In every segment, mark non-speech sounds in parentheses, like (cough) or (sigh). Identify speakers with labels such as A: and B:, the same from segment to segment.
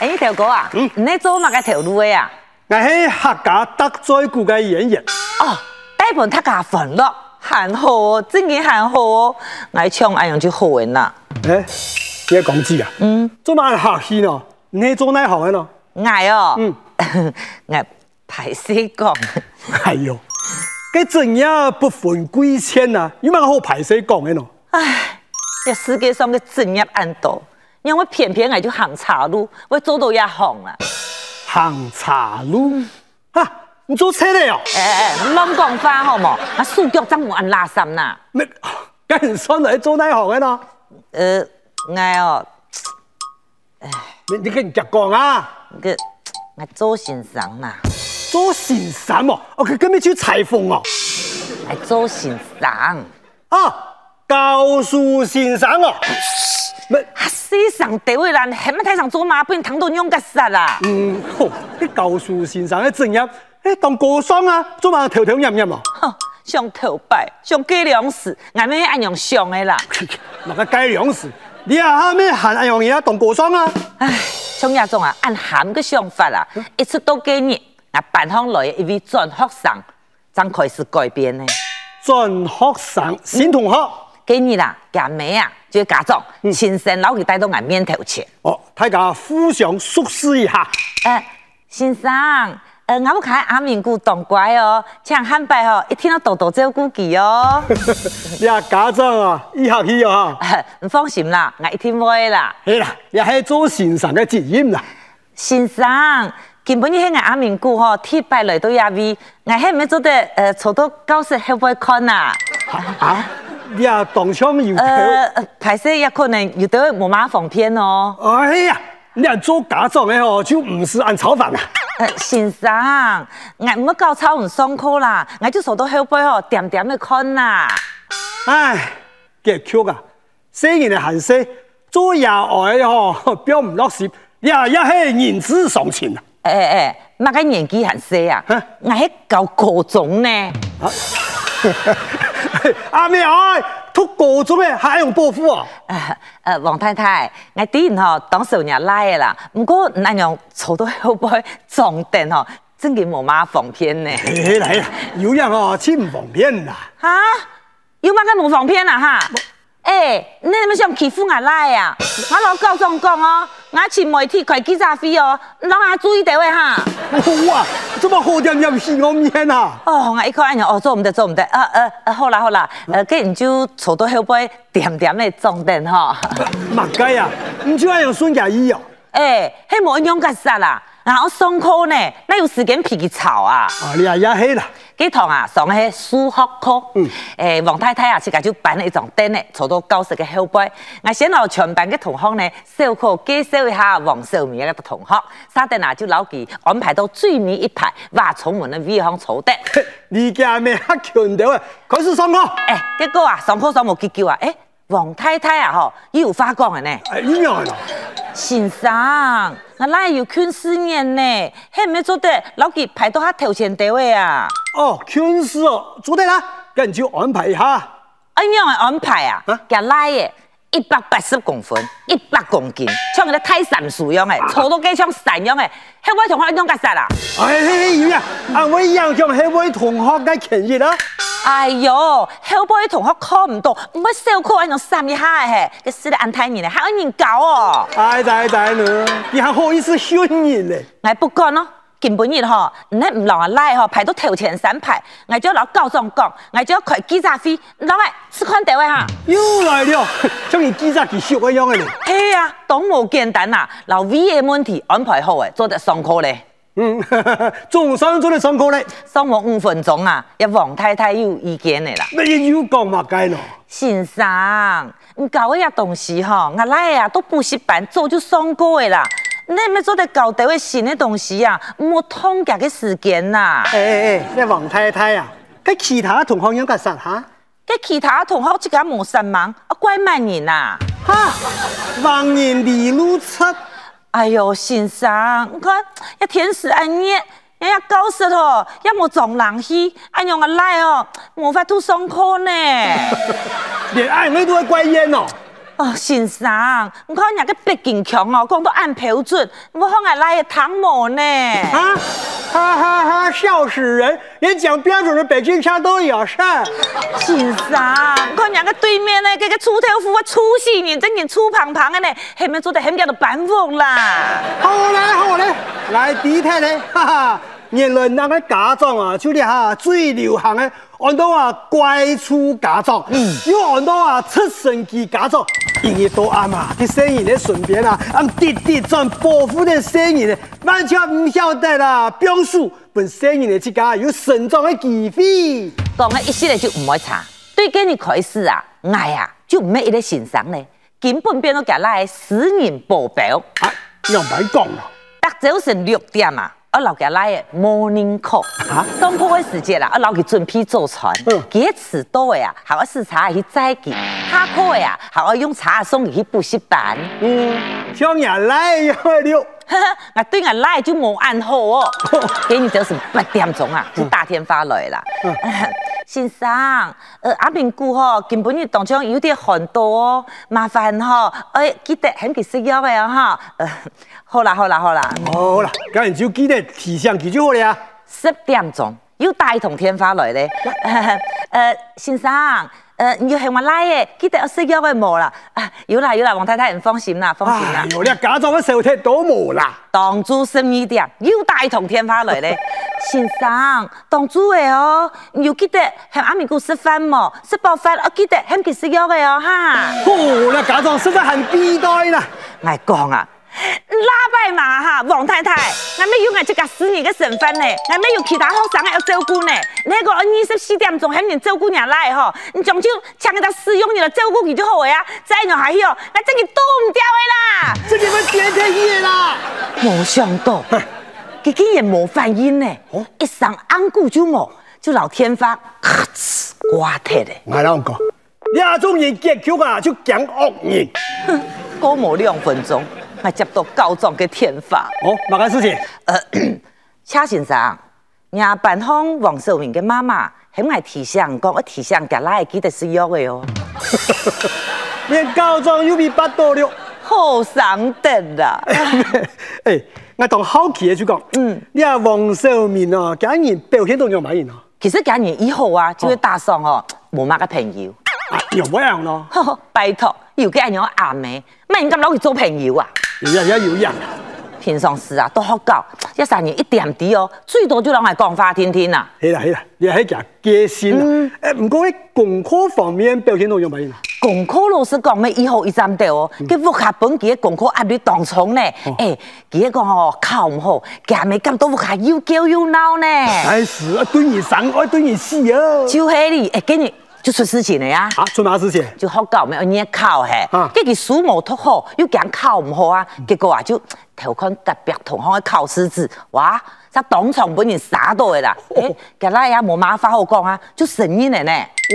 A: 哎，你条哥啊，嗯，你做乜嘅条路的啊？
B: 我係客家得罪古嘅演員，
A: 哦，大本他家分咯，很好哦，真嘅很好哦，我唱哎样就好人啦。
B: 誒，哎你講字啊？嗯，做乜客氣呢？你係做咩行嘅啊呢？
A: 我哦，
B: 嗯
A: (laughs) 嗯，我排泄讲，
B: 哎呦，佢怎樣不分貴賤啊？有乜好排斥講嘅呢？
A: 唉，这世界上嘅真业很多，因为偏偏我就行岔路，我做到一行啊啦。
B: 行茶路啊？你做車嚟啊？
A: 哎哎，哎拢讲翻好冇？啊，数脚真冇人垃圾呐。
B: 咩？梗係算嚟做咩行嘅呢？
A: 呃，我哦，
B: 你你跟人家講啊，
A: 个我做先生呐，
B: 做哦善神喎，我佢今日去裁縫哦。
A: 我做先生。
B: 啊，高速先生哦，咩？
A: 啊，世上地位人，喺乜睇上做马，不然疼到用吉杀啦。
B: 嗯，好，啲舊樹先生嘅正入，誒當過桑啊，做埋條條入入啊， (laughs)
A: 哼，哦上头拜，上计量死，眼咩按用上的啦。
B: 那個雞糧食，你啊咩閒樣嘢當過桑啊？
A: 唉，像亞種啊，按含嘅想法啦，一出到幾年，啊，辦向來的一位轉學生，真開始改變呢。
B: 轉學生新同學，
A: 幾年啦，阿妹啊，就家長親身老去帶到我面頭前。
B: 哦，大家互相熟悉一下。
A: 呃，先生，呃，我要看阿明姑當乖哦，請喊拜哦，一天要多多照顧佢哦。 (laughs)
B: 你啊家長啊，以後去啊，
A: 你放心啦，我一定會啦。
B: 係啦，也係做先生嘅責任啦。
A: 先生，根本你喺我阿明姑吼，鐵拜來到亞位，我喺咪做得呃，坐到教室後尾看啊。
B: 啊，你啊當槍要
A: 呃，排泄也可能有得冇马放片哦。
B: 哎呀，你啊做家長嘅哦，就唔是按炒飯啊。
A: 呃，先生，我唔要搞臭唔爽口啦，我就坐到後背吼，點點的看啦。
B: 唉，嘅曲啊，雖然係閒事，做野外吼 (laughs) 表唔落事，也一係言之尚淺啊！ (laughs)
A: 誒誒，乜個年紀還細啊
B: 哈？
A: 我喺搞各種呢。
B: 阿妹哎，讀高中嘅還用報復啊？
A: 呃呃，王太太，我啲人吼當時有人拉嘅啦，唔過那樣坐到後背撞定吼，真嘅冇馬放片呢。
B: 嚟嚟啦，有人哦，千唔方便啦。
A: 啊，有乜咁冇防騙啊哈？哎、你哋咪想欺負我拉啊？我老高仲講哦，我前媒體開記者會哦，你老我注意地位哈。
B: 哇，做乜好點入戲我面啊？
A: 哦，我一看哎呀，哦，做唔得，做唔得，呃呃呃，好啦好啦，呃，跟人就坐到後背點點的裝定哈。 (laughs)
B: 麥雞啊，唔知係用孫家衣啊？
A: 哎、迄冇用格殺啦，啊，我上課呢，哪有時間脾氣吵啊？
B: 啊，你啊也係啦， (laughs)
A: 幾堂啊，上迄數學課，
B: 嗯
A: 誒、王太太啊，自家就辦了一張凳咧，坐到教室嘅後背。我先後全班嘅同學呢，小可介紹一下王秀明嘅同學，沙凳啊就老記安排到最尾一排，哇，從門的位方坐的。
B: 嘿你家咩黑強到啊？開始上課，
A: 誒、結果啊，上課上無結果啊，誒、王太太啊，吼，伊有話講嘅呢，
B: 哎，一樣啦。
A: 先生，我哪有勸思念呢？迄唔要做得老記排到他頭前地位啊！
B: 哦，確實哦，做得啦，咁就安排一下。
A: 安樣嘅安排啊
B: 啊，
A: 夾拉嘅一百八十公分，一百公斤，像嗰啲泰山樹樣嘅，坐到幾像山樣嘅，迄位同學用夾殺啦！
B: 哎嘿嘿，呀，啊，我一樣向迄位同學嘅權益啦。
A: 哎呦，後輩同學考唔到，唔會小考安樣三一下嘅，佢死得安太人咧，還有人教哦！
B: 哎仔仔呢，你還好意思訓人嘞？
A: 我哎不講咯。根本日吼，你唔讓我拉吼，排到頭前三排，我就老教長講，我就開記者會，老外是看地位哈。
B: 又來了，像你記者去學一樣嘅嘞。
A: 嘿呀、啊，當無簡單啦、老 V 嘅問題安排好嘅，做得上課咧。
B: 嗯，仲生做你上課嘞，
A: 生活五分鐘啊，一王太太有意見的啦。
B: 你又講乜計咯？
A: 先生，你搞嗰樣東西吼，我來啊都補習班早就上過的啦。你咪做得搞到嘅新的東西啊，冇通假嘅時間啦。
B: 哎哎哎，你王太太啊，跟其他同學有夾實哈？
A: 嘅其他同學即家冇失望，啊怪慢人啊。
B: 哈，王言李路出，
A: 哎呦，先生，你看一天使哎暗熱，人家教室吼，也冇撞人去，哎呦我來哦，冇法度上課呢。
B: 連愛你都會怪煙哦。
A: 哦，先生，你看人家个北京腔哦，讲到按标准，我看俺来个唐模呢。
B: 啊，哈哈哈，笑死人！连讲标准的北京腔都有事儿。
A: 先生，你看人家对面呢，这个粗头夫我啊粗细人，真人粗胖胖的呢，后面做得很叫做板风啦。
B: 好嘞，好嘞，来地铁嘞，哈哈！原来那个家长啊，就是哈最流行的，按到啊乖出家长，又按到啊出生期家长，因为都阿嘛，啲生意咧顺便啊，俺滴滴赚保护的生意咧，完全唔晓得啦，表叔本生意咧之家有成长的机会。
A: 讲了一系列就唔爱查，对今日开始啊，爱啊就唔咩一个欣赏呢，根本变到家来私人保镖。
B: 啊，又唔使讲啦。
A: 搭早晨六点嘛，我留下来的 morning call，
B: 啊
A: 上课的时间啦，我留去准备做船
B: 嗯，
A: 几迟到的啊，还我视察去载去，下课的啊，还我用茶送去补习班， (laughs)
B: 嗯，像人来一了。
A: 我对我来就冇安好
B: (laughs)
A: 哦，给你早晨八点钟啊，
B: 嗯
A: 就打电话来啦， (laughs) 先生，呃，阿明姑吼，根本你当中有点寒多哦，麻烦吼，哎，记得很去食药的哦哈，呃，好啦好啦好啦。
B: 好啦，咁人就记得提醒佢就好了啊。
A: 十點鐘要帶同天花來咧。 (laughs) 呃，先生，呃，你要向我拉嘅，記得我識咗嘅冇啦。啊，有啦有啦，黃太太唔放心啦，放心啦
B: 哎。呦，你假裝嘅手踢都冇啦。
A: 當主十二點要帶同天花來咧。 (laughs) 先生，當主嘅哦，你要記得向阿明姑食飯冇，食飽飯我記得向佢食咗嘅哦哈。
B: 哦，那假裝實在很逼呆啦。
A: 我講啊。拉拜嘛哈，王太太，我咪要我这個使你嘅身份呢，我咪要其他學生嘅要照顧呢。你個二十四點鐘肯定照顧人來吼，你將就請人家使用你來照顧佢就好呀。再樣下去哦，我真係躲唔掉嘅啦。
B: 這個咪天天夜啦。
A: 冇想到，佢竟然冇反應呢，一上安顧就冇，就老天花咔哧刮鐵咧，
B: 我啷講？亞種人結局啊，就講惡人。
A: 過冇兩分鐘，我接到告狀嘅天花。
B: 哦，哪個事情？
A: 车先生，nhà 办方王秀明嘅妈妈很爱提醒讲，我提醒家来记得是药嘅哦，
B: 連假裝又比八多了。
A: 好上等啊啦。
B: (laughs) 哎，我當好奇嘅就講，嗯，你啊黃秀明啊，竟然表現到咁滿意啊，
A: 其实今年以后啊，就会打算哦，冇乜嘅朋友， (laughs)
B: 啊又冇樣咯，
A: 拜托，又嘅人阿妹，咩人咁攞去做朋友啊？
B: 有樣有樣。
A: 平常时啊，都好教，一三年一點啲哦，最多就攞嚟講花天天啊。
B: 係啦係啦，你係講戒心啦。誒，唔過喺功課方面表現到咁滿意啊。
A: 功課老師講咩以後一站到哦，
B: 嗯
A: 佢複合本佢嘅功課壓力當重呢。誒，佢講哦考唔好，佢咪咁多複合又叫又鬧呢。
B: 但是啊，对你生，我对你死哦。
A: 就係你，誒，今日就出事情了呀。
B: 啊，出嘛事情？
A: 就好搞咩？你考嘿
B: 啊，嗯
A: 跟佢數冇讀好，又驚考唔好啊！結果啊就頭看特別同行嘅考試紙，哇！他當場本人傻到嘅啦，誒，佢那也冇辦法好講啊，就承認了呢。
B: 哦，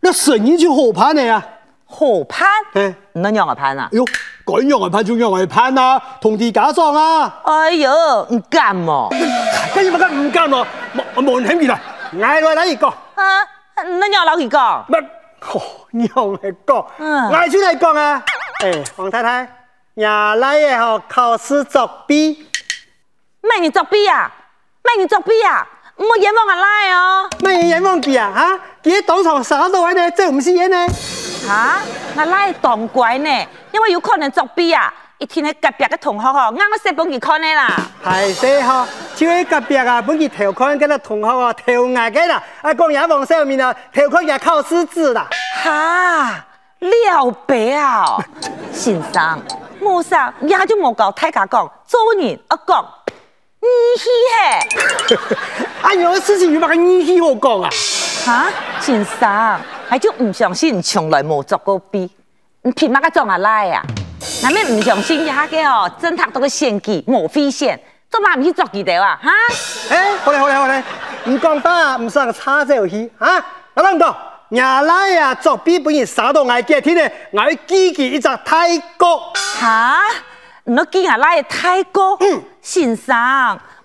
B: 那生意就好判的呀、啊。
A: 好判
B: 嗯，
A: 那樣嘅判啊！
B: 哎呦，敢讓人判就讓人判啊，同地假裝啊。
A: 哎呦，唔敢哦喎！
B: 跟哎住乜唔敢咯，冇冇肯見啦。嗌我嚟一個，
A: 啊，那樣老實講，
B: 乜哦，讓嚟講，
A: 嗯
B: 嗌出嚟講啊。哎，黃太太，伢來嘅吼考試作弊，
A: 咩人作弊啊？咩人作弊啊？唔好冤枉我拉哦！
B: 乜嘢人忘記啊？啊，佢當場耍到位呢，真係唔是嘢呢。
A: 吓，我拉当怪呢，因為有可能作弊啊！一天喺隔壁嘅同學吼，啱我寫本期刊呢啦。
B: 係死吼，只要隔壁啊，本期頭款跟那同學啊頭牙嘅啦，啊講也往上面啊，頭款也靠獅子啦。
A: 哈，了表，先生，冇啥，也就冇教大家講，做人我講，你去
B: 啊，有事情有乜嘢意好講啊？
A: 嘿，哈，先生，我就唔相信，從來冇作過弊，你憑乜個做阿拉啊？那咩唔相信一下嘅哦，侦探到個先機，莫非先，做嘛唔去作記得啊？哈，
B: 誒、好咧好咧好咧，唔講法啊，唔算個差走去啊！我啷講？伢來啊，作弊本人耍到我嘅天咧，我要記記一隻泰國。
A: 哈，你見阿拉嘅太高，先生，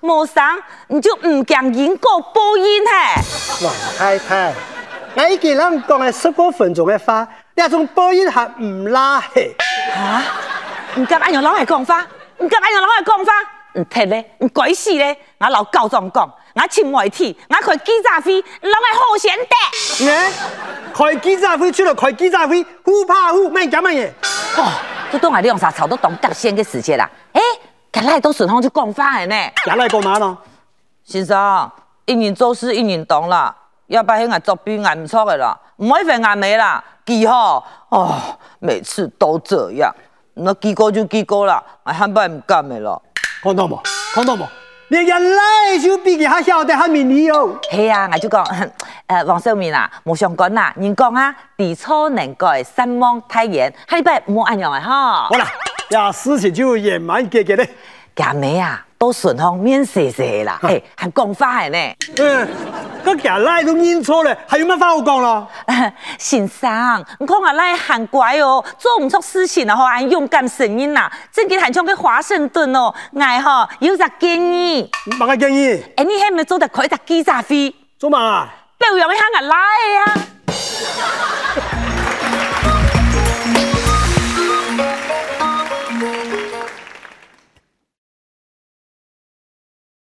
A: 冇生，你就唔講因果報應嘿。
B: 王太太，我已經諗講係十個分鐘嘅話，呢種播音係唔拉氣。
A: 吓，唔甲安樣老係講法，唔甲安樣老係講法，唔踢咧，唔鬼死咧，我老教狀講，我穿外體，我開記者會，老係好先得。
B: 咩？開記者會出嚟開記者會，互怕互，咩咁乜嘢？
A: 哦，這都係兩啥草都當隔先嘅時節啦。誒、欸，近來都順風就講法嘅呢。
B: 也嚟幹嘛咯？
A: 先生，一年做事一年當啦，要不係我作弊我唔錯嘅啦，唔可以犯眼眉啦，記好哦，每次都這樣，那記過就記過啦，我喊拜唔敢嘅咯。
B: 看到冇？看到冇？你人嚟就比佢還曉得還明理哦。
A: 係啊，我就 (laughs) 講，誒黃秀明啊，冇相干啦，人講啊，地錯能改，山望太遠，下禮拜冇安樣嘅哈
B: 好。啦，呀事情就圓滿解決咧。
A: 假妹啊，都順風面射射啦，誒還講法嘅呢。
B: 嗯，個人嚟都認錯咧，還有乜話好講咯？
A: (laughs) 先生，你看啊我来很乖哦，做唔出啊事情然后俺勇敢承认啦。正经喊像去华盛顿哦，爱吼有只建议，
B: 乜嘅建議？
A: 哎，你系咪做得开只记者会，
B: 做嘛？
A: 表扬一下我来啊？